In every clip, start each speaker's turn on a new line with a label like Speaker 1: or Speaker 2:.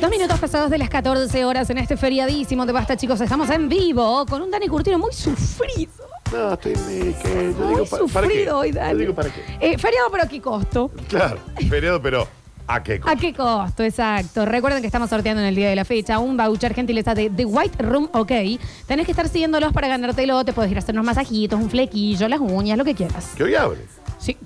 Speaker 1: Dos minutos pasados de las 14 horas en este feriadísimo de Basta, chicos. Estamos en vivo con un Dani Curtino muy sufrido.
Speaker 2: No, estoy me- que Eh, yo
Speaker 1: Muy
Speaker 2: digo, pa-
Speaker 1: sufrido
Speaker 2: ¿para qué?
Speaker 1: hoy, Dani.
Speaker 2: Yo digo, ¿para qué?
Speaker 1: Eh, feriado, pero ¿a qué costo?
Speaker 2: Claro, feriado, pero ¿a qué?
Speaker 1: ¿A qué costo? Exacto. Recuerden que estamos sorteando en el día de la fecha un voucher gentileza de The White Room OK. Tenés que estar siguiéndolos para ganártelo. Te podés ir a hacer unos masajitos, un flequillo, las uñas, lo que quieras.
Speaker 2: Que hoy abre.
Speaker 1: Sí.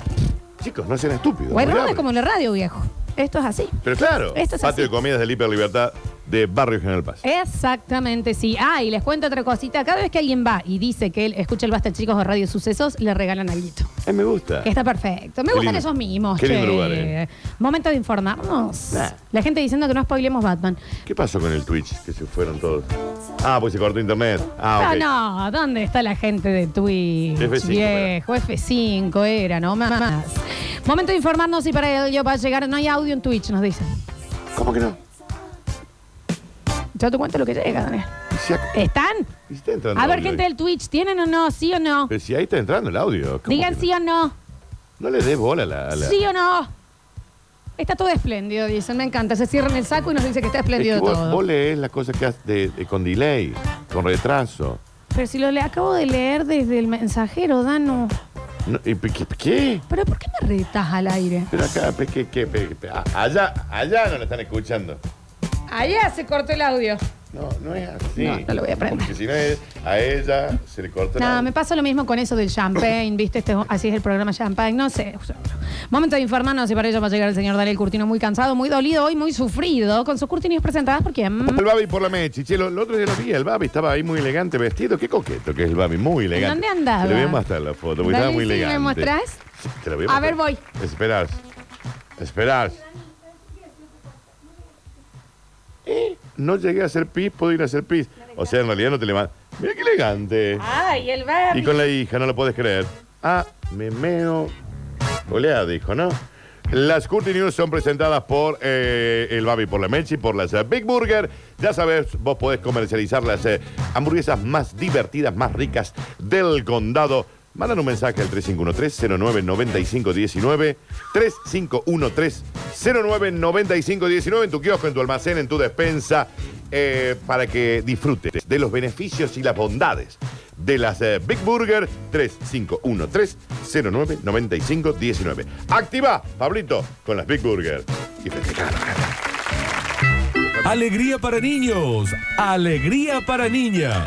Speaker 2: Chicos, no sean estúpidos.
Speaker 1: White
Speaker 2: hoy
Speaker 1: Room es
Speaker 2: abre.
Speaker 1: como la radio, viejo. Esto es así.
Speaker 2: Pero claro,
Speaker 1: Esto es
Speaker 2: patio
Speaker 1: así. Eh,
Speaker 2: de comidas del Hiper Libertad de Barrio General Paz.
Speaker 1: Exactamente, sí. Ah, y les cuento otra cosita. Cada vez que alguien va y dice que él escucha el Basta Chicos o Radio Sucesos, le regalan algo.
Speaker 2: Ay, Eh, me gusta.
Speaker 1: Que está perfecto. Me
Speaker 2: Ah. Qué
Speaker 1: gustan
Speaker 2: lindo.
Speaker 1: esos mimos.
Speaker 2: Qué lindo
Speaker 1: che.
Speaker 2: lugar, eh. Ah.
Speaker 1: Momento de informarnos.
Speaker 2: Nah.
Speaker 1: La gente diciendo que no spoilemos Batman.
Speaker 2: ¿Qué pasó con el Twitch? Que se fueron todos. Ah, pues se cortó internet. Ah, ok.
Speaker 1: No, no, ¿dónde está la gente de Twitch?
Speaker 2: F5
Speaker 1: viejo, F5 era, no más. Momento de informarnos y para ello va a llegar. No hay audio en Twitch, nos dicen.
Speaker 2: ¿Cómo que no?
Speaker 1: Yo te cuento lo que llega, Daniel.
Speaker 2: Y si, ac-
Speaker 1: ¿Están?
Speaker 2: y si está entrando
Speaker 1: A ver,
Speaker 2: audio
Speaker 1: gente
Speaker 2: ahí.
Speaker 1: del Twitch, ¿tienen o no? ¿Sí o no?
Speaker 2: Pero si ahí está entrando el audio. ¿cómo
Speaker 1: Digan
Speaker 2: que
Speaker 1: sí o no.
Speaker 2: No, no le des bola a la. a la-
Speaker 1: ¿Sí o no? Está todo espléndido, dicen. Me encanta. Se cierran el saco y nos dice que está
Speaker 2: Es que
Speaker 1: espléndido
Speaker 2: vos,
Speaker 1: todo.
Speaker 2: vos lees las cosas que haces de- de- con delay, con retraso.
Speaker 1: Pero si lo le acabo de leer desde el mensajero, Dano.
Speaker 2: No, y pe- ¿Qué? qué?
Speaker 1: ¿Pero por qué me retas al aire?
Speaker 2: Pero acá, pe- que- que- pe- pe- a- allá, allá no lo están escuchando.
Speaker 1: Allá se cortó el audio.
Speaker 2: No, no es así.
Speaker 1: No, no lo voy a prender.
Speaker 2: Porque si no, es- a ella se le corta
Speaker 1: No,
Speaker 2: la...
Speaker 1: me pasa lo mismo con eso del champagne, ¿viste? Este, así es el programa champagne, no sé. Momento de informarnos y para ello va a llegar el señor Daniel Curtino muy cansado, muy dolido hoy, muy sufrido, con sus curtinis presentadas por quién.
Speaker 2: El Babi por la Mechi, che, lo- el otro día lo vi, el Babi estaba ahí muy elegante vestido, qué coqueto que es el Babi, muy elegante.
Speaker 1: ¿Dónde andaba?
Speaker 2: Te lo voy a mostrar la foto, porque
Speaker 1: Dale,
Speaker 2: estaba muy
Speaker 1: sí, ¿me
Speaker 2: elegante.
Speaker 1: mostrás?
Speaker 2: Sí, te lo voy a
Speaker 1: A
Speaker 2: mostrar.
Speaker 1: ver, voy.
Speaker 2: Esperás, esperás. Eh, no llegué a hacer pis, puedo ir a hacer pis. O sea, en realidad no te levantas. Mira qué elegante.
Speaker 1: Ay, el
Speaker 2: Y
Speaker 1: Babi.
Speaker 2: con la hija, no lo puedes creer. Ah, me meo. Olea, dijo, ¿no? Las Curti News son presentadas por eh, el Babi, por la Mechi, por las eh, Big Burger. Ya sabes, vos podés comercializar las eh, hamburguesas más divertidas, más ricas del condado. Mandan un mensaje al 3513-099519. 3513-099519 en tu kiosco, en tu almacén, en tu despensa, eh, para que disfrutes de los beneficios y las bondades de las eh, Big Burger 3513-099519. Activa, Pablito, con las Big Burger. Y festejar.
Speaker 3: Alegría para niños, alegría para niñas.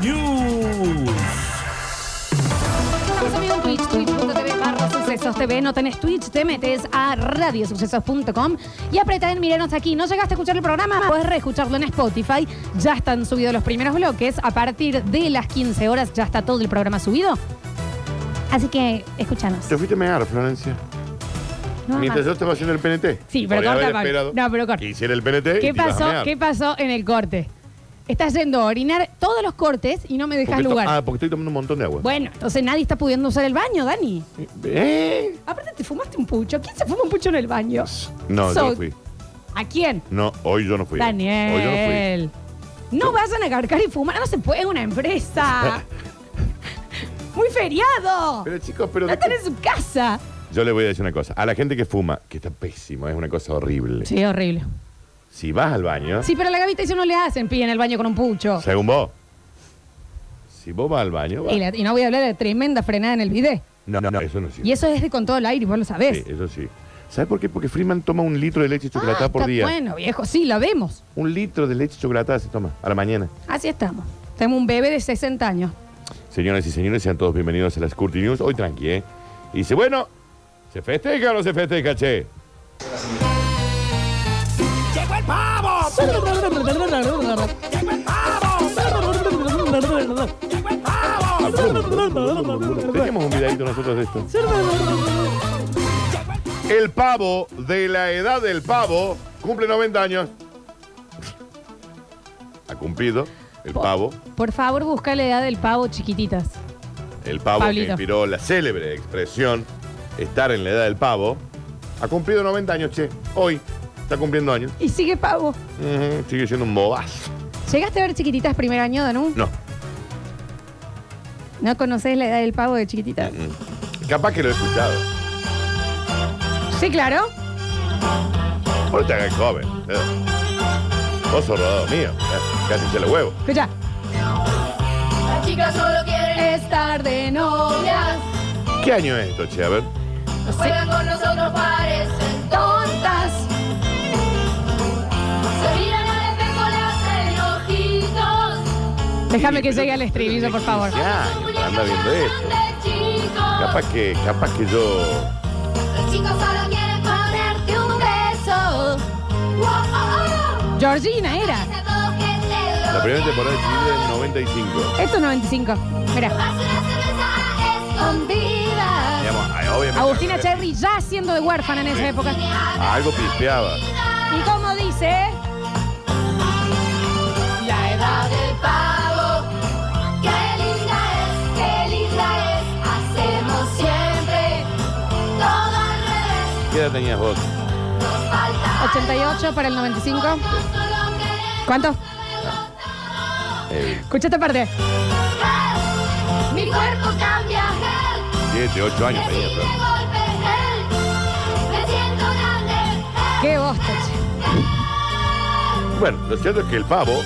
Speaker 3: News.
Speaker 1: Estamos en vivo en Twitch, twitch.tv barra Sucesos TV. No tenés Twitch, te metes a radiosucesos.com y apretá en Mirarnos aquí. No llegaste a escuchar el programa, podés reescucharlo en Spotify. Ya están subidos los primeros bloques. A partir de las 15 horas ya está todo el programa subido. Así que, escúchanos.
Speaker 2: Te fuiste a mear, Florencia.
Speaker 1: No,
Speaker 2: Mientras
Speaker 1: mamá.
Speaker 2: yo estaba haciendo el PNT.
Speaker 1: Sí, pero
Speaker 2: Podría
Speaker 1: corta,
Speaker 2: haber
Speaker 1: Pablo.
Speaker 2: esperado
Speaker 1: No, pero corta.
Speaker 2: que Hiciera el PNT.
Speaker 1: ¿Qué
Speaker 2: y te ibas a
Speaker 1: pasó,
Speaker 2: mear.
Speaker 1: ¿Qué pasó en el corte? Estás yendo a orinar todos los cortes y no me dejas
Speaker 2: Porque to-
Speaker 1: lugar.
Speaker 2: Ah, porque estoy tomando un montón de agua.
Speaker 1: Bueno, entonces nadie está pudiendo usar el baño, Dani.
Speaker 2: ¿Eh?
Speaker 1: Aparte, te fumaste un pucho. ¿Quién se fuma un pucho en el baño?
Speaker 2: No, yo
Speaker 1: So-
Speaker 2: no fui.
Speaker 1: ¿A quién?
Speaker 2: No, hoy yo no fui. Hoy yo no fui.
Speaker 1: Daniel. No vayan a cargar y fumar, no se puede, es una empresa. Muy feriado.
Speaker 2: Pero chicos, pero...
Speaker 1: No
Speaker 2: de qué-
Speaker 1: están en su casa.
Speaker 2: Yo le voy a decir una cosa. A la gente que fuma, que está pésimo, es una cosa horrible.
Speaker 1: Sí, horrible.
Speaker 2: Si vas al baño,
Speaker 1: Sí, pero a la gavita eso no le hacen pie en el baño con un pucho.
Speaker 2: según vos, si vos vas al baño... vas-
Speaker 1: Y, la- y no voy a hablar de la tremenda frenada en el bidet.
Speaker 2: No, no, no, eso no sirve.
Speaker 1: Y eso es de con todo el aire, y vos lo sabés.
Speaker 2: Sí, eso sí. ¿Sabes por qué? Porque Freeman toma un litro de leche
Speaker 1: Ah,
Speaker 2: chocolatada por
Speaker 1: está
Speaker 2: día.
Speaker 1: Bueno, viejo, sí, la vemos.
Speaker 2: Un litro de leche chocolatada se toma a la mañana.
Speaker 1: Así estamos. Tenemos un bebé de 60 años.
Speaker 2: Señoras y señores, sean todos bienvenidos a las Curti News. Hoy tranqui, ¿eh? Y dice, bueno, ¿se festeja o no se festeja, che? Tenemos un videito nosotros de esto. El pavo de la edad del pavo cumple 90 años. Ha cumplido el pavo,
Speaker 1: Por favor, busca la edad del pavo, chiquititas.
Speaker 2: el pavo que
Speaker 1: Pablito.
Speaker 2: inspiró la célebre expresión estar en la edad del pavo. Ha cumplido 90 años, che. Hoy está cumpliendo años.
Speaker 1: Y sigue pavo.
Speaker 2: Ujú, Sigue siendo un bobazo.
Speaker 1: ¿Llegaste a ver chiquititas primer año, Danú?
Speaker 2: No.
Speaker 1: ¿No conoces la edad del pavo de chiquititas?
Speaker 2: Mm. Capaz que lo he escuchado.
Speaker 1: Sí, claro.
Speaker 2: Por te hagas joven. eh. Vos sos rodado mío. eh. Casi se le huevo.
Speaker 1: Escucha.
Speaker 4: Las chicas solo quieren
Speaker 1: Es tarde, no.
Speaker 4: novias,
Speaker 2: ¿Qué año es esto, che? A ver.
Speaker 4: juegan con nosotros, parecen tontas. Se miran este al espejo, le hacen ojitos.
Speaker 1: Déjame
Speaker 2: Sí,
Speaker 1: que
Speaker 2: pero-
Speaker 1: llegue al estribillo, por favor.
Speaker 2: Ya,
Speaker 4: Son
Speaker 2: Ah, anda
Speaker 4: muñecas
Speaker 2: viendo esto.
Speaker 4: grandes, chicos.
Speaker 2: Capaz que, capaz que yo.
Speaker 4: Los chicos solo quieren ponerte un beso. Oh, oh, oh.
Speaker 1: Georgina era.
Speaker 4: Dice a todos que te lo
Speaker 2: La primera temporada de
Speaker 4: quiero.
Speaker 2: Chile del 95.
Speaker 1: Esto es 95. Mira.
Speaker 4: Tomarse una cerveza a escondidas.
Speaker 2: Digamos, ay, obviamente.
Speaker 1: Agustina Cherry ya siendo de huérfana en esa época.
Speaker 2: Algo pispeaba.
Speaker 1: ¿Y cómo dice?
Speaker 4: La edad del pavo, qué linda es, qué linda es, hacemos siempre todo al revés.
Speaker 2: ¿Qué edad tenías vos?
Speaker 4: Nos falta
Speaker 1: 88 para el 95.
Speaker 4: algo, solo queremos
Speaker 1: ¿Cuánto?
Speaker 4: algo todo.
Speaker 2: Eh,
Speaker 1: Escucha esta parte.
Speaker 4: Help, Mi cuerpo cambia, help,
Speaker 2: 7, 8 años
Speaker 4: me di
Speaker 2: tenías.
Speaker 4: de
Speaker 2: ¿no?
Speaker 4: golpe, help, me siento grande, help.
Speaker 1: Qué bosta, che.
Speaker 2: Bueno, lo cierto es que el pavo,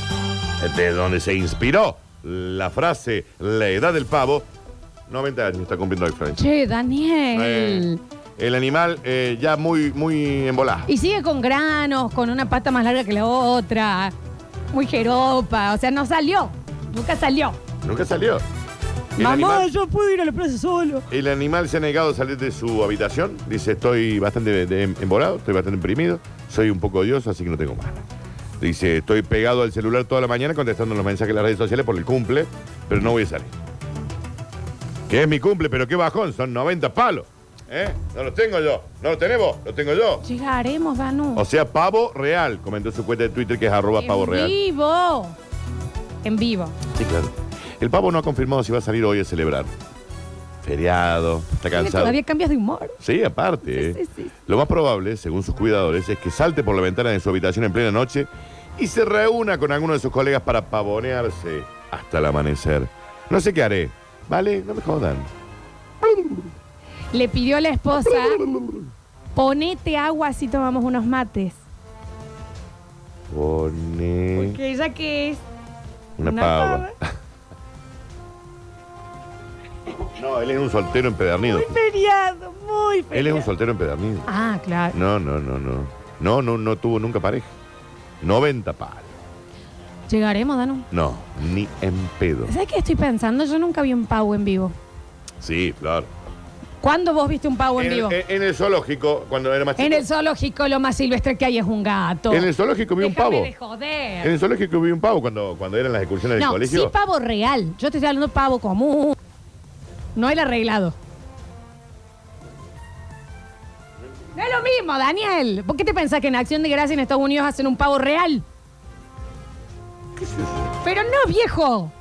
Speaker 2: de donde se inspiró la frase la edad del pavo, 90 años está cumpliendo hoy, Florencia.
Speaker 1: Che, Daniel.
Speaker 2: Eh, el animal eh, ya muy, muy embolado.
Speaker 1: Y sigue con granos, con una pata más larga que la otra. Muy jeropa. O sea, no salió. Nunca salió.
Speaker 2: Nunca salió. El
Speaker 1: Mamá,
Speaker 2: animal,
Speaker 1: yo puedo ir a la plaza solo.
Speaker 2: el animal se ha negado a salir de su habitación. Dice, estoy bastante de- de- embolado, estoy bastante imprimido, soy un poco odioso, así que no tengo más. Dice, estoy pegado al celular toda la mañana contestando los mensajes en las redes sociales por el cumple, pero no voy a salir. Que es mi cumple, pero qué bajón, son 90 palos. ¿Eh? No los tengo yo, no los tenemos, los tengo yo.
Speaker 1: Llegaremos, Danu.
Speaker 2: O sea, pavo real, comentó su cuenta de Twitter que es arroba pavo
Speaker 1: En
Speaker 2: real.
Speaker 1: vivo. En vivo.
Speaker 2: Sí, claro. El pavo no ha confirmado si va a salir hoy a celebrar. Feriado, está
Speaker 1: Tiene
Speaker 2: cansado.
Speaker 1: todavía cambias de humor.
Speaker 2: Sí, aparte.
Speaker 1: Sí,
Speaker 2: ¿eh?
Speaker 1: sí, sí.
Speaker 2: Lo más probable, según sus cuidadores, es que salte por la ventana de su habitación en plena noche y se reúna con alguno de sus colegas para pavonearse hasta el amanecer. No sé qué haré. ¿Vale? No me jodan.
Speaker 1: Le pidió a la esposa, ponete agua así tomamos unos mates.
Speaker 2: Pone
Speaker 1: Porque ella que es
Speaker 2: una
Speaker 1: una
Speaker 2: pava. No, él es un soltero empedernido.
Speaker 1: muy feriado, muy feriado.
Speaker 2: Él es un soltero empedernido.
Speaker 1: Ah, claro.
Speaker 2: No, no, no, no. No, no, no tuvo nunca pareja. 90 palos.
Speaker 1: Llegaremos, Danu.
Speaker 2: No, ni en pedo.
Speaker 1: ¿Sabes qué estoy pensando? Yo nunca vi un pavo en vivo.
Speaker 2: Sí, claro.
Speaker 1: ¿Cuándo vos viste un pavo en,
Speaker 2: En,
Speaker 1: vivo?
Speaker 2: en- en el zoológico, cuando era más chico.
Speaker 1: en el zoológico lo más silvestre que hay es un gato.
Speaker 2: En el zoológico vi un
Speaker 1: Déjame
Speaker 2: pavo.
Speaker 1: de joder.
Speaker 2: En el zoológico vi un pavo cuando, cuando eran las excursiones del
Speaker 1: no,
Speaker 2: colegio.
Speaker 1: sí pavo real. Yo te estoy hablando de pavo común. No el arreglado. No es lo mismo, Daniel. ¿Por qué te pensás que en Acción de Gracia en Estados Unidos hacen un pavo real? Pero no, viejo.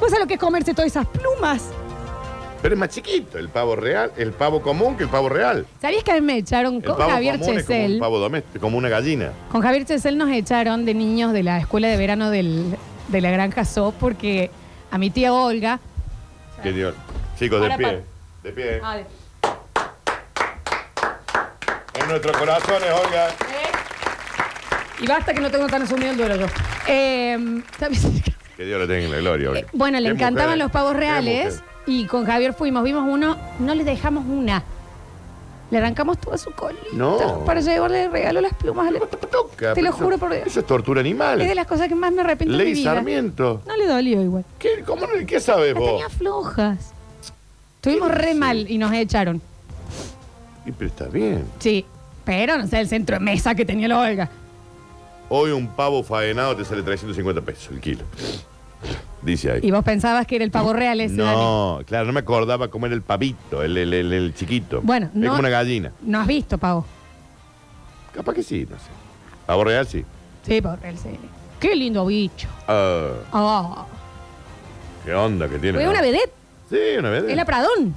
Speaker 1: ¿Vos sabés lo que es comerse todas esas plumas?
Speaker 2: Pero es más chiquito, el pavo real, el pavo común que el pavo real.
Speaker 1: ¿Sabías que a mí me echaron
Speaker 2: El
Speaker 1: con
Speaker 2: pavo
Speaker 1: Javier
Speaker 2: común es como
Speaker 1: Chesel?
Speaker 2: un pavo doméstico, como una gallina.
Speaker 1: Con Javier Chesel nos echaron de niños de la escuela de verano del- de la granja So porque a mi tía Olga...
Speaker 2: Que Dios. Chicos, de
Speaker 1: Para,
Speaker 2: pie.
Speaker 1: para.
Speaker 2: Ah, De pie.
Speaker 1: Ay,
Speaker 2: En nuestros corazones, Olga.
Speaker 1: Y basta que no tengo tan asumido el duelo yo. Eh, ¿sabes?
Speaker 2: Que Dios lo tenga en la gloria, Olga.
Speaker 1: Eh, bueno, le
Speaker 2: Qué
Speaker 1: encantaban
Speaker 2: mujer,
Speaker 1: los pavos
Speaker 2: qué
Speaker 1: reales
Speaker 2: mujer.
Speaker 1: y con Javier fuimos, vimos uno, no le dejamos una. Le arrancamos toda su colita
Speaker 2: No.
Speaker 1: para llevarle de regalo las plumas. a la-
Speaker 2: Toca,
Speaker 1: Te lo
Speaker 2: pero eso-
Speaker 1: juro por Dios.
Speaker 2: Eso es tortura animal.
Speaker 1: Es de las cosas que más me arrepiento de mi
Speaker 2: Ley
Speaker 1: vida.
Speaker 2: Sarmiento.
Speaker 1: No le dolió igual.
Speaker 2: ¿Qué, cómo no- qué sabes
Speaker 1: Las
Speaker 2: vos?
Speaker 1: tenía flojas. Estuvimos re
Speaker 2: dices?
Speaker 1: mal y nos echaron.
Speaker 2: Y, pero está bien.
Speaker 1: Sí, pero no sé el centro de mesa que tenía la Olga.
Speaker 2: Hoy un pavo faenado te sale 350 pesos el kilo. Dice ahí.
Speaker 1: Y vos pensabas que era el pavo real ese, Dani.
Speaker 2: No, claro, no me acordaba cómo era el pavito, el, el- el- el chiquito.
Speaker 1: Bueno,
Speaker 2: es
Speaker 1: no-
Speaker 2: como una gallina.
Speaker 1: No has visto, pavo.
Speaker 2: Capaz que sí, no sé. Pavo real sí.
Speaker 1: Sí, pavo real, sí. Qué lindo bicho.
Speaker 2: Ah,
Speaker 1: Ah.
Speaker 2: qué onda que tiene.
Speaker 1: Fue
Speaker 2: ¿no?
Speaker 1: una vedette,
Speaker 2: Sí, una vez.
Speaker 1: es la Pradón.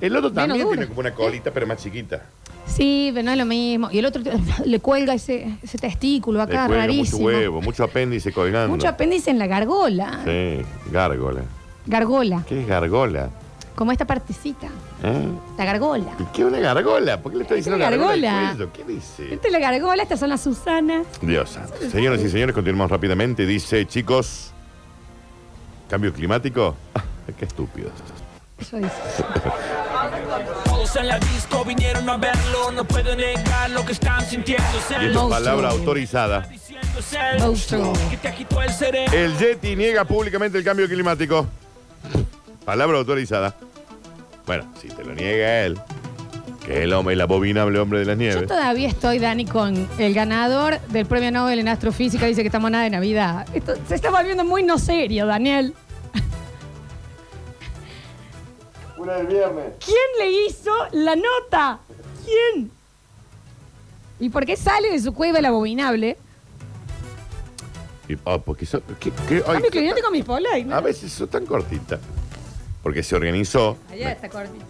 Speaker 2: El otro también
Speaker 1: duro.
Speaker 2: tiene como una colita, pero más chiquita.
Speaker 1: Sí, pero no es lo mismo. Y el otro le cuelga ese, ese testículo
Speaker 2: Le
Speaker 1: acá,
Speaker 2: cuelga mucho
Speaker 1: Ah, rarísimo.
Speaker 2: huevo, mucho apéndice colgando.
Speaker 1: Mucho apéndice en la gargola.
Speaker 2: Sí, gárgola.
Speaker 1: Gargola,
Speaker 2: ¿Qué es gargola?
Speaker 1: como esta partecita.
Speaker 2: ¿Eh?
Speaker 1: La gargola.
Speaker 2: ¿Y qué es una gargola? ¿Por qué le estoy
Speaker 1: Es
Speaker 2: diciendo
Speaker 1: una
Speaker 2: gargola?
Speaker 1: gargola.
Speaker 2: al cuello? ¿Qué dice?
Speaker 1: Esta es la gargola, estas son las Susanas.
Speaker 2: Dios santo. Señoras y señores, continuamos rápidamente. Dice, chicos, cambio climático. Ah, qué estúpido.
Speaker 1: Eso dice.
Speaker 5: Todos en la disco vinieron a verlo, no puedo negar lo que están sintiendo.
Speaker 2: Y esto
Speaker 1: Monstruo.
Speaker 2: es palabra autorizada.
Speaker 1: Monstruo.
Speaker 5: Que te agitó el cerebro.
Speaker 2: El Yeti niega públicamente el cambio climático. Palabra autorizada. Bueno, si te lo niega él, que es el hombre, el abominable hombre de las
Speaker 1: Yo
Speaker 2: nieves.
Speaker 1: todavía estoy, Dani, con el ganador del premio Nobel en Astrofísica. Dice que estamos a nada de Navidad. Esto se está volviendo muy no serio, Daniel.
Speaker 2: Una del viernes.
Speaker 1: ¿Quién le hizo la nota? ¿Quién? ¿Y por qué sale de su cueva el abominable?
Speaker 2: Y, ah, porque so- ¿qué- qué- ay,
Speaker 1: Cambio
Speaker 2: so-
Speaker 1: climático, mis polas.
Speaker 2: a veces son tan cortitas. Porque se organizó.
Speaker 1: Allá está cortito.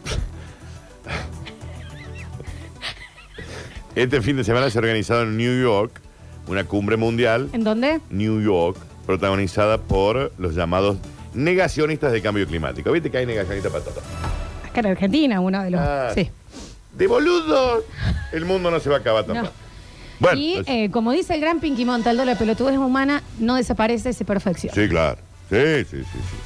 Speaker 2: Este fin de semana se ha organizado en New York una cumbre mundial.
Speaker 1: ¿En dónde?
Speaker 2: New York, protagonizada por los llamados negacionistas del cambio climático. Viste que hay negacionistas para todo.
Speaker 1: Acá en Argentina, uno de los.
Speaker 2: Ah.
Speaker 1: Sí.
Speaker 2: De boludo, el mundo no se va a acabar
Speaker 1: No.
Speaker 2: tampoco. Bueno, pues.
Speaker 1: y
Speaker 2: entonces-
Speaker 1: eh, como dice el gran Pinky Montaldo, la pelotudez humana no desaparece, se perfecciona.
Speaker 2: sí, claro. Sí, sí, sí, sí.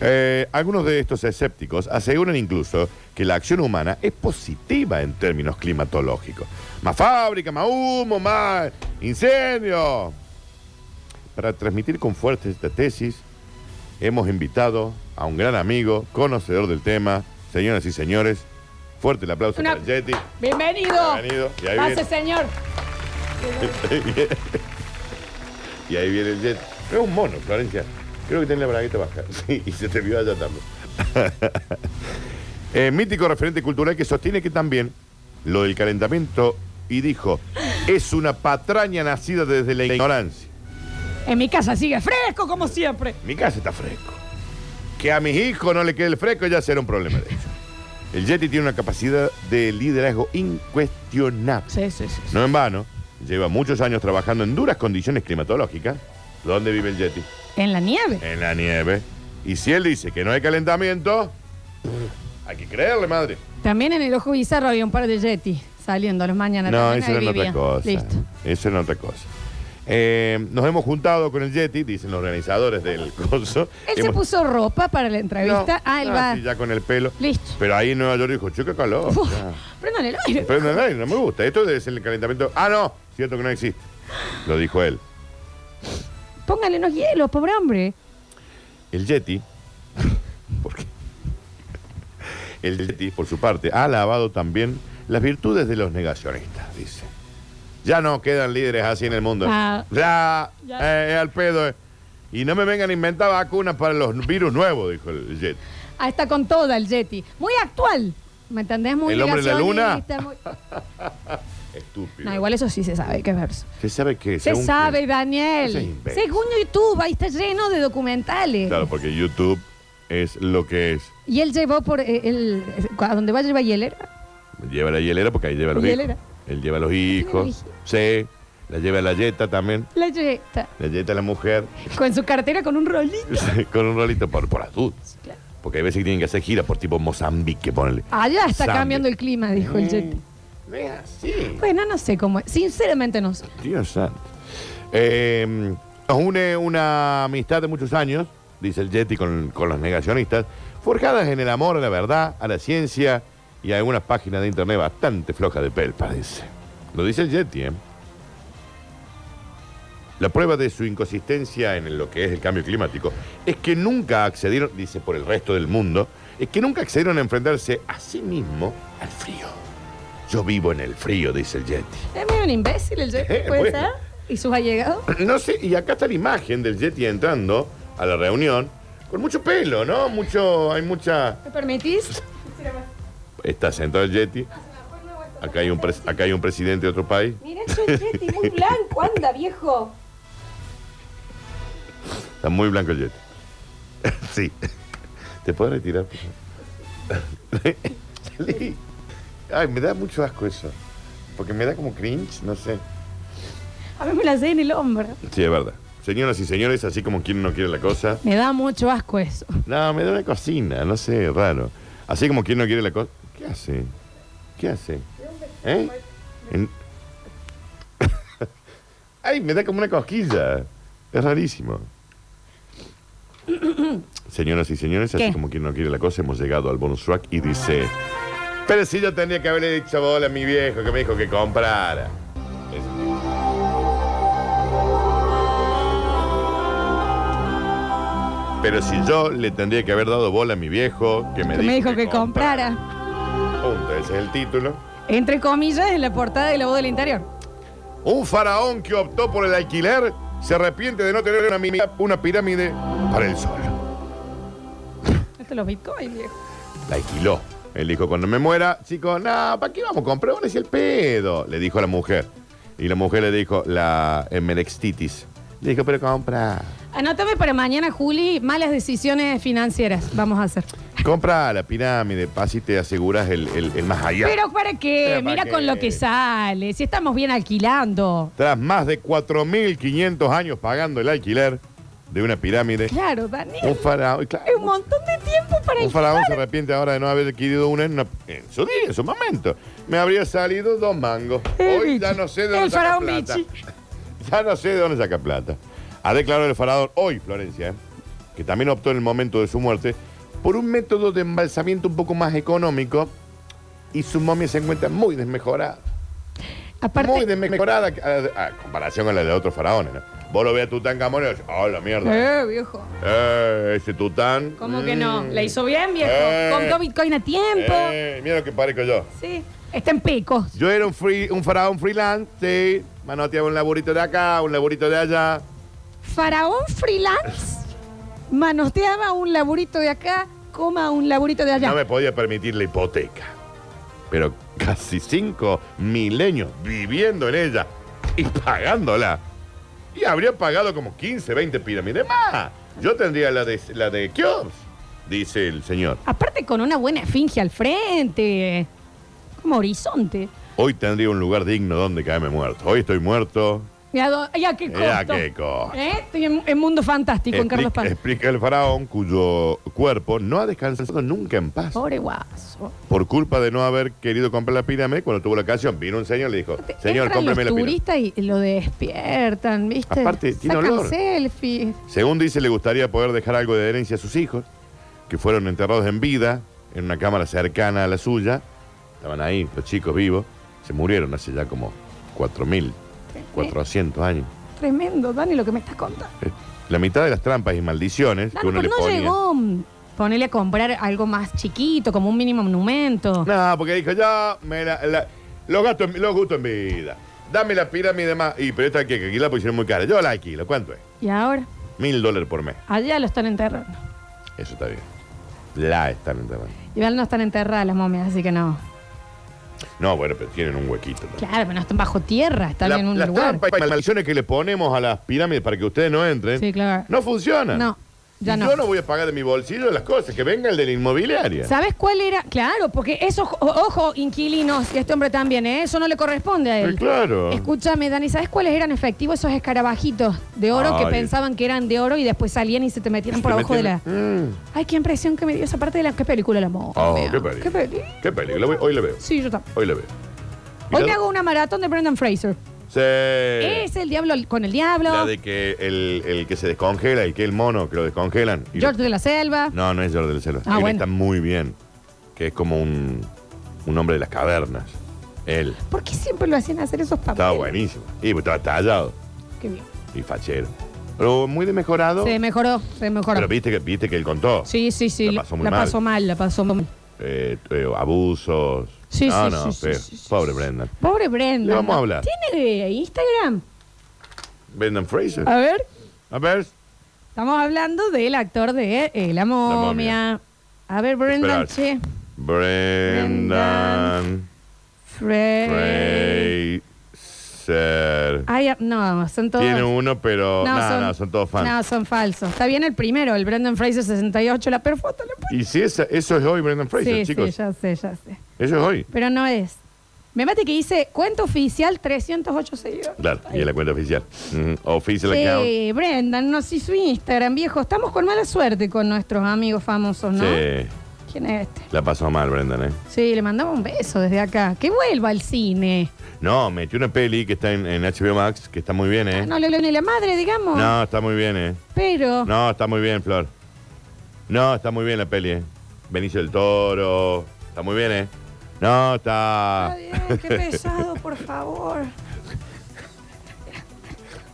Speaker 2: Eh, algunos de estos escépticos aseguran incluso que la acción humana es positiva en términos climatológicos. Más fábrica, más humo, más incendio. Para transmitir con fuerza esta tesis, hemos invitado a un gran amigo, conocedor del tema, señoras y señores. Fuerte el aplauso
Speaker 1: Una-
Speaker 2: para el Yeti.
Speaker 1: Bienvenido.
Speaker 2: Bienvenido. Y ahí
Speaker 1: Pase,
Speaker 2: viene.
Speaker 1: señor.
Speaker 2: y ahí viene el jet. Es un mono, Florencia. Creo que tiene la bragueta baja. Sí, y se te vio allá también. Eh, mítico referente cultural que sostiene que también lo del calentamiento y dijo, es una patraña nacida desde la ignorancia.
Speaker 1: En mi casa sigue fresco como siempre.
Speaker 2: Mi casa está fresco. Que a mis hijos no le quede el fresco ya será un problema de ellos. El Yeti tiene una capacidad de liderazgo incuestionable.
Speaker 1: Sí, sí, sí.
Speaker 2: No en vano, lleva muchos años trabajando en duras condiciones climatológicas. ¿Dónde vive el Yeti?
Speaker 1: En la nieve.
Speaker 2: En la nieve. Y si él dice que no hay calentamiento, hay que creerle, madre.
Speaker 1: También en el ojo bizarro había un par de Yeti saliendo a las mañanas.
Speaker 2: No,
Speaker 1: También
Speaker 2: eso
Speaker 1: ahí
Speaker 2: era
Speaker 1: vivía.
Speaker 2: otra cosa.
Speaker 1: Listo.
Speaker 2: Eso era otra cosa. Eh, nos hemos juntado con el Yeti, dicen los organizadores del coso.
Speaker 1: Él se
Speaker 2: Hemos-
Speaker 1: puso ropa para la entrevista.
Speaker 2: No,
Speaker 1: ah, él
Speaker 2: no,
Speaker 1: va.
Speaker 2: sí, ya con el pelo.
Speaker 1: Listo.
Speaker 2: Pero ahí en Nueva York dijo, chica calor.
Speaker 1: Uf,
Speaker 2: ya.
Speaker 1: prendan el aire.
Speaker 2: Pero no, no, no me gusta. Esto debe ser el calentamiento. Ah, no, cierto que no existe. Lo dijo él.
Speaker 1: Pónganle unos hielos, pobre hombre.
Speaker 2: El Yeti, ¿por qué? El Yeti, por su parte, ha alabado también las virtudes de los negacionistas, dice. Ya no quedan líderes así en el mundo.
Speaker 1: Ah.
Speaker 2: ya,
Speaker 1: Ya.
Speaker 2: eh, eh, al pedo. eh. Y no me vengan a inventar vacunas para los virus nuevos, dijo el Yeti.
Speaker 1: Ah, está con toda el Yeti. Muy actual. ¿Me entendés? Muy
Speaker 2: ¿El hombre de la luna?
Speaker 1: negacionista, muy-
Speaker 2: Estúpido.
Speaker 1: No, igual eso sí se sabe, qué verso.
Speaker 2: ¿Se sabe qué?
Speaker 1: Se
Speaker 2: Según que-
Speaker 1: sabe,
Speaker 2: Ese es
Speaker 1: Daniel.
Speaker 2: imbécil.
Speaker 1: Según YouTube, ahí está lleno de documentales.
Speaker 2: Claro, porque YouTube es lo que es.
Speaker 1: Y él llevó por eh, el, a donde va lleva hielera.
Speaker 2: Lleva la hielera porque ahí lleva a los
Speaker 1: Hielera.
Speaker 2: hijos. Él lleva a los
Speaker 1: los
Speaker 2: hijos.
Speaker 1: hijos.
Speaker 2: Sí. La lleva la yeta también.
Speaker 1: La yeta.
Speaker 2: La yeta la mujer.
Speaker 1: Con su cartera con un rolito.
Speaker 2: Sí, con un rolito por, por las dudas.
Speaker 1: Claro.
Speaker 2: Porque hay veces que tienen que hacer giras por tipo Mozambique, ponele.
Speaker 1: Allá está
Speaker 2: Zambia.
Speaker 1: cambiando el clima, dijo el Yeti.
Speaker 2: No es así.
Speaker 1: Bueno, no sé cómo. es. Sinceramente no sé.
Speaker 2: Dios santo. Eh, nos une una amistad de muchos años, dice el Yeti con, con los negacionistas, forjadas en el amor a la verdad, a la ciencia y a algunas páginas de internet bastante flojas de pelpa, dice. Lo dice el Yeti, ¿eh? La prueba de su inconsistencia en lo que es el cambio climático es que nunca accedieron, dice por el resto del mundo, es que nunca accedieron a enfrentarse a sí mismo al frío. Yo vivo en el frío, dice el Yeti.
Speaker 1: Es medio un imbécil el Yeti,
Speaker 2: Eh,
Speaker 1: ¿puede
Speaker 2: bueno.
Speaker 1: ser? ¿Y sus allegados?
Speaker 2: No sé, y acá está la imagen del Yeti entrando a la reunión con mucho pelo, ¿no? Mucho, hay mucha...
Speaker 1: ¿Me permitís?
Speaker 2: Está sentado el Yeti. Acá hay un, pres- acá hay un presidente de otro país.
Speaker 1: Mirá el Yeti, muy blanco, anda, viejo.
Speaker 2: Está muy blanco el Yeti. sí. ¿Te puedes retirar? por favor? Lali. Ay, me da mucho asco eso. Porque me da como cringe, no sé.
Speaker 1: A mí me la sé en el hombro.
Speaker 2: Sí, es verdad. Señoras y señores, así como quien no quiere la cosa.
Speaker 1: Me da mucho asco eso.
Speaker 2: No, me da una cocina, no sé, raro. Así como quien no quiere la cosa. ¿Qué hace? ¿Qué hace? ¿Eh? En- Ay, me da como una cosquilla. Es rarísimo. Señoras y señores, así
Speaker 1: ¿Qué?
Speaker 2: como quien no quiere la cosa, hemos llegado al bonus track y dice. Pero si yo tendría que haberle dicho bola a mi viejo que me dijo que comprara. Es- Pero si yo le tendría que haber dado bola a mi viejo que me,
Speaker 1: Me, dijo que comprara.
Speaker 2: Punto, ese es el título.
Speaker 1: Entre comillas, en la portada de la voz del interior.
Speaker 2: Un faraón que optó por el alquiler se arrepiente de no tener una, mini- una pirámide para el sol.
Speaker 1: Esto es los bitcoins, viejo.
Speaker 2: La alquiló. Él dijo, cuando me muera, chicos, no, ¿para qué vamos a comprar? Ahora es el pedo, le dijo la mujer. Y la mujer le dijo, la eh, menextitis. Le dijo, pero compra,
Speaker 1: Anótame para mañana, Juli, malas decisiones financieras. Vamos a hacer.
Speaker 2: compra la pirámide, así te aseguras el, el- el más allá.
Speaker 1: Pero para qué,
Speaker 2: Pero para
Speaker 1: mira
Speaker 2: qué.
Speaker 1: con lo que sale. Si estamos bien alquilando.
Speaker 2: Tras más de 4.500 años pagando el alquiler de una pirámide,
Speaker 1: Claro,
Speaker 2: un
Speaker 1: Daniel.
Speaker 2: faraón... y claro,
Speaker 1: Es un montón de tiempo para
Speaker 2: Un faraón se
Speaker 1: alquilar.
Speaker 2: arrepiente ahora de no haber adquirido una en, una- en su día, en su momento. Me habría salido dos mangos.
Speaker 1: El
Speaker 2: Hoy
Speaker 1: bichi.
Speaker 2: ya no sé de
Speaker 1: Eh, El
Speaker 2: dónde saca
Speaker 1: faraón
Speaker 2: plata.
Speaker 1: bichi.
Speaker 2: Ya no sé de dónde saca plata. Ha declarado el faraón hoy, Florencia, ¿eh? que también optó en el momento de su muerte por un método de embalsamiento un poco más económico y su momia se encuentra muy desmejorada.
Speaker 1: Aparte,
Speaker 2: muy desmejorada a, a comparación a la de otros faraones. ¿no? Vos lo veas a Tutankamón y decís, oh, la mierda.
Speaker 1: eh, viejo.
Speaker 2: Eh, ese Tután.
Speaker 1: ¿Cómo que no?
Speaker 2: mm.
Speaker 1: La hizo bien, viejo.
Speaker 2: Eh.
Speaker 1: Compró Bitcoin a tiempo.
Speaker 2: Eh, mira lo que parezco yo.
Speaker 1: Sí. Está en picos.
Speaker 2: Yo era un, free, un faraón freelance, sí. Manoteaba un laburito de acá, un laburito de allá.
Speaker 1: Faraón freelance manoteaba un laburito de acá, coma un laburito de allá.
Speaker 2: No me podía permitir la hipoteca. Pero casi cinco milenios viviendo en ella y pagándola. Y habría pagado como 15, 20 pirámides más. Yo tendría la de, la de Kiosk, dice el señor.
Speaker 1: Aparte con una buena esfinge al frente, como horizonte.
Speaker 2: Hoy tendría un lugar digno donde caerme muerto. Hoy estoy muerto.
Speaker 1: ¿Y a, do- y a qué
Speaker 2: Y
Speaker 1: costo?
Speaker 2: a qué costo.
Speaker 1: ¿Eh? Estoy en, en Mundo Fantástico, en
Speaker 2: Expli-
Speaker 1: Carlos Paz.
Speaker 2: explica el faraón cuyo cuerpo no ha descansado nunca en paz.
Speaker 1: Pobre guaso.
Speaker 2: por culpa de no haber querido comprar la pirámide, cuando tuvo la ocasión, vino un señor y le dijo, señor,
Speaker 1: Entran
Speaker 2: cómprame la
Speaker 1: los
Speaker 2: pirámide.
Speaker 1: turistas y lo despiertan, ¿viste?
Speaker 2: Aparte, tiene
Speaker 1: Sacan
Speaker 2: olor.
Speaker 1: selfies.
Speaker 2: Según dice, le gustaría poder dejar algo de herencia a sus hijos, que fueron enterrados en vida, en una cámara cercana a la suya. Estaban ahí, los chicos vivos, se murieron hace ya como 4.000, 400 años.
Speaker 1: Tremendo, Dani, lo que me estás contando.
Speaker 2: Eh, La mitad de las trampas y maldiciones que
Speaker 1: Dani,
Speaker 2: uno
Speaker 1: pero
Speaker 2: le
Speaker 1: no
Speaker 2: ponía.
Speaker 1: llegó mm, ponerle a comprar algo más chiquito, como un mínimo monumento.
Speaker 2: No, porque dijo, ya, me la, la- los gastos, en- los gustos en vida. Dame la pirámide más. Y pero esta hay que alquilar porque si no es muy cara. Yo la alquilo, ¿cuánto es?
Speaker 1: Y ahora,
Speaker 2: Mil dólares por mes.
Speaker 1: allá lo están enterrando.
Speaker 2: Eso está bien. La están enterrando.
Speaker 1: Igual no están enterradas las momias, así que no.
Speaker 2: No, bueno, pero tienen un huequito. ¿no?
Speaker 1: Claro, pero no están bajo tierra, están
Speaker 2: La-
Speaker 1: en un
Speaker 2: las
Speaker 1: lugar.
Speaker 2: trampas y maldiciones que le ponemos a las pirámides para que ustedes no entren,
Speaker 1: Sí, claro.
Speaker 2: no funcionan.
Speaker 1: No, ya
Speaker 2: Y
Speaker 1: no.
Speaker 2: Yo no voy a pagar de mi bolsillo las cosas, que venga el de la inmobiliaria.
Speaker 1: ¿Sabes cuál era? Claro, porque esos, o- ojo, inquilinos, y a este hombre también, ¿eh? eso no le corresponde a él.
Speaker 2: Sí, claro.
Speaker 1: Escúchame, Dani, ¿sabes cuáles eran efectivos esos escarabajitos de oro que
Speaker 2: Ay.
Speaker 1: pensaban que eran de oro y después salían y se te metían por
Speaker 2: Se
Speaker 1: abajo de la.
Speaker 2: meten- Mm.
Speaker 1: Ay, qué impresión que me dio esa parte de la. ¿Qué película la momia?
Speaker 2: Oh, qué peligro.
Speaker 1: ¿Qué película?
Speaker 2: Qué peligro. Lo voy- Hoy le veo.
Speaker 1: Sí, yo también.
Speaker 2: Hoy le veo. Y
Speaker 1: Hoy
Speaker 2: la-
Speaker 1: me hago una maratón de Brendan Fraser.
Speaker 2: Sí.
Speaker 1: Es el diablo con el diablo.
Speaker 2: Eh. La de que el, el que se descongela y que el mono que lo descongelan. y
Speaker 1: George
Speaker 2: lo-
Speaker 1: de la Selva.
Speaker 2: No, no es George del Selva.
Speaker 1: Ah,
Speaker 2: Él
Speaker 1: bueno.
Speaker 2: está muy bien. Que es como un, un hombre de las cavernas. Él.
Speaker 1: ¿Por qué siempre lo hacían hacer esos papeles?
Speaker 2: Estaba buenísimo. Y pues, estaba tallado.
Speaker 1: Qué bien.
Speaker 2: Y fachero. Pero muy desmejorado.
Speaker 1: Se mejoró, se mejoró.
Speaker 2: Pero viste que, viste que él contó.
Speaker 1: Sí, sí, sí.
Speaker 2: La pasó muy mal.
Speaker 1: pasó mal, la pasó mal.
Speaker 2: Eh, eh, abusos.
Speaker 1: Sí,
Speaker 2: no,
Speaker 1: sí,
Speaker 2: no,
Speaker 1: sí,
Speaker 2: feo.
Speaker 1: sí, sí, sí,
Speaker 2: Pobre
Speaker 1: sí.
Speaker 2: Brendan.
Speaker 1: Pobre Brenda.
Speaker 2: Le vamos a hablar.
Speaker 1: ¿Tiene Instagram?
Speaker 2: Brendan Fraser.
Speaker 1: A ver,
Speaker 2: A ver.
Speaker 1: estamos hablando del actor de eh, La
Speaker 2: momia.
Speaker 1: momia. A ver, Brenda,
Speaker 2: Esperar.
Speaker 1: che.
Speaker 2: Brendan
Speaker 1: Frey.
Speaker 2: Fraser.
Speaker 1: Ay, ah, no, son todos.
Speaker 2: Tiene uno, pero. No,
Speaker 1: No,
Speaker 2: no, son, todos fans.
Speaker 1: No, son falsos. Está bien el primero, el Brendan Fraser 68, la perfota. La...
Speaker 2: Y si esa- eso es hoy Brendan Fraser,
Speaker 1: sí,
Speaker 2: chicos.
Speaker 1: sí, ya sé, ya sé.
Speaker 2: Eso es hoy.
Speaker 1: Pero no es. Me mate que dice cuenta oficial 308 seguidores.
Speaker 2: Claro, y es la cuenta oficial. Ujú, Official account.
Speaker 1: Sí, Brendan nos hizo Instagram, viejo. Estamos con mala suerte con nuestros amigos famosos, ¿no?
Speaker 2: Sí,
Speaker 1: ¿Quién es este?
Speaker 2: la pasó mal, Brendan, ¿eh?
Speaker 1: Sí, le mandamos un beso desde acá. Que vuelva al cine.
Speaker 2: No, metió una peli que está en, en HBO Max, que está muy bien, ¿eh?
Speaker 1: No le habló ni la madre, digamos.
Speaker 2: No, está muy bien, ¿eh?
Speaker 1: Pero.
Speaker 2: No, está muy bien, Flor. No, está muy bien la peli, ¿eh? Benicio del Toro. Está muy bien, ¿eh? No, está...
Speaker 1: Está bien, qué pesado, por favor.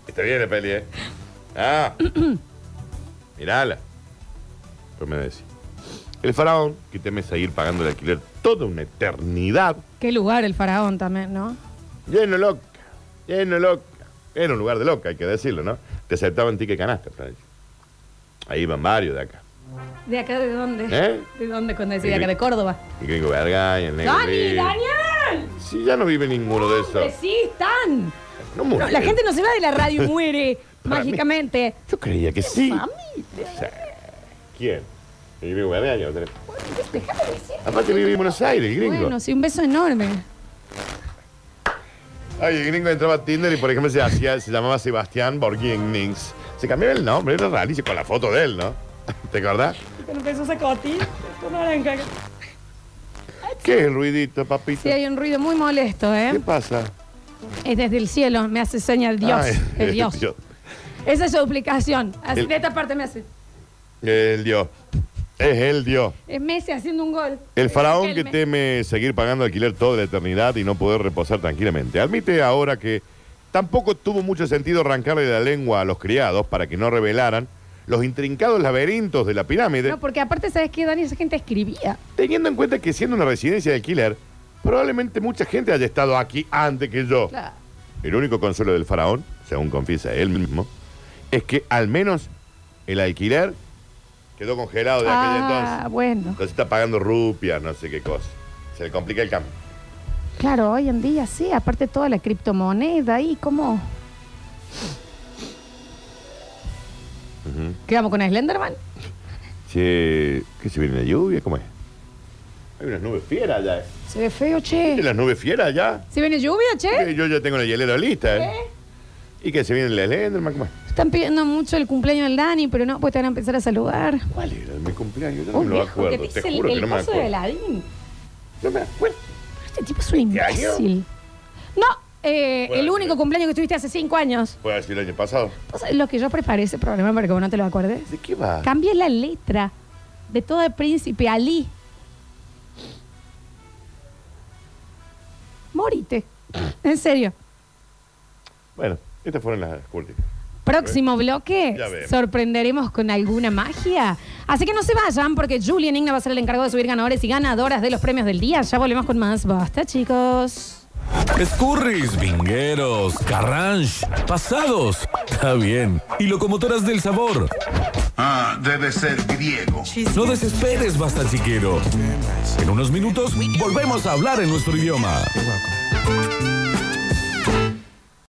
Speaker 2: Está bien la peli, ¿eh? Ah. Mirala. Pues me decís. El faraón, que teme seguir pagando el alquiler toda una eternidad.
Speaker 1: Qué lugar el faraón también, ¿no?
Speaker 2: Lleno loca. Lleno loca. Era un lugar de loca, hay que decirlo, ¿no? Te aceptaban ticket canasta, Florencia. Ahí van varios de acá.
Speaker 1: ¿De acá de dónde?
Speaker 2: ¿Eh?
Speaker 1: ¿De dónde? Cuando decís
Speaker 2: Sí.
Speaker 1: de acá de Córdoba.
Speaker 2: El gringo Vergaña, el negro.
Speaker 1: ¡Dani,
Speaker 2: Ríos.
Speaker 1: Daniel!
Speaker 2: Sí, ya no vive ninguno de
Speaker 1: ¡Hombre,
Speaker 2: esos.
Speaker 1: sí, están!
Speaker 2: No muere.
Speaker 1: No, la gente no se va de la radio y muere
Speaker 2: Para mí.
Speaker 1: mágicamente.
Speaker 2: Yo creía que sí.
Speaker 1: Familia.
Speaker 2: O sea, ¿Quién? El gringo Vergaña. lo tenés.
Speaker 1: Déjame decir.
Speaker 2: Aparte vive en Buenos Aires, el gringo.
Speaker 1: Bueno, sí, un beso enorme.
Speaker 2: Ay, el gringo entraba a Tinder y por ejemplo se, hacía, se llamaba Sebastián Borginnings. Se cambiaba el nombre, era rarísimo con la foto de él, ¿no? ¿Te acordás?
Speaker 1: Con un beso sacoti.
Speaker 2: ¿Qué es el ruidito, papito?
Speaker 1: Sí, hay un ruido muy molesto,
Speaker 2: ¿Qué
Speaker 1: ¿eh?
Speaker 2: pasa?
Speaker 1: Es desde el cielo, me hace señal Dios.
Speaker 2: Ay,
Speaker 1: el Dios.
Speaker 2: Dios.
Speaker 1: Esa es su aplicación. Así,
Speaker 2: El-
Speaker 1: de esta parte me hace.
Speaker 2: El Dios. Es el Dios.
Speaker 1: Es Messi haciendo un gol. Eh,
Speaker 2: El faraón que
Speaker 1: Riquelme.
Speaker 2: teme seguir pagando alquiler toda la eternidad y no poder reposar tranquilamente. Admite ahora que tampoco tuvo mucho sentido arrancarle la lengua a los criados para que no revelaran los intrincados laberintos de la pirámide.
Speaker 1: No, porque aparte, ¿sabes qué, Dani? Esa gente escribía.
Speaker 2: Teniendo en cuenta que siendo una residencia de alquiler, probablemente mucha gente haya estado aquí antes que yo.
Speaker 1: Claro.
Speaker 2: El único consuelo del faraón, según confiesa él mismo, es que al menos el alquiler quedó congelado de aquel
Speaker 1: Ah,
Speaker 2: entonces.
Speaker 1: bueno.
Speaker 2: Entonces está pagando rupias, no sé qué cosa. Se le complica el cambio.
Speaker 1: Claro, hoy en día sí. Aparte, toda la criptomoneda y cómo. ¿Quedamos con Slenderman?
Speaker 2: Che, ¿qué se viene la lluvia? ¿Cómo es? Hay unas nubes fieras allá. eh.
Speaker 1: Se ve feo,
Speaker 2: ¿Hay
Speaker 1: che.
Speaker 2: unas nubes fieras allá?
Speaker 1: ¿Se viene lluvia, che?
Speaker 2: Eh, Yo ya tengo la hielera lista. ¿eh? ¿Y que se viene el Slenderman? ¿Cómo es?
Speaker 1: Están pidiendo mucho el cumpleaños del Dani, pero no, pues te van a empezar a saludar.
Speaker 2: ¿Cuál era mi cumpleaños? Yo no
Speaker 1: Un
Speaker 2: me lo
Speaker 1: viejo que
Speaker 2: acuerdo, te
Speaker 1: dice el,
Speaker 2: juro que
Speaker 1: el
Speaker 2: no me
Speaker 1: coso de
Speaker 2: acuerdo.
Speaker 1: Aladín.
Speaker 2: No me acuerdo.
Speaker 1: Este tipo es un
Speaker 2: ¿Qué año?
Speaker 1: imbécil. No, eh,
Speaker 2: Bueno,
Speaker 1: el único
Speaker 2: sí.
Speaker 1: cumpleaños que tuviste hace cinco años.
Speaker 2: Puede decir el año pasado.
Speaker 1: ¿Vos sabés Lo que yo preparé ese programa para que vos no te lo acuerdes.
Speaker 2: ¿De qué va?
Speaker 1: Cambié la letra de todo el príncipe Ali. Morite. En serio.
Speaker 2: Bueno, estas fueron las últimas.
Speaker 1: Próximo bloque,
Speaker 2: Ya vemos.
Speaker 1: sorprenderemos con alguna magia. Así que no se vayan porque Julian Igna va a ser el encargado de subir ganadores y ganadoras de los premios del día. Ya volvemos con más. Basta, chicos.
Speaker 3: Escurris, vingueros, carranche, pasados. Está bien. Y locomotoras del sabor.
Speaker 6: Ah, debe ser griego.
Speaker 3: No desesperes, basta chiquero. En unos minutos volvemos a hablar en nuestro idioma.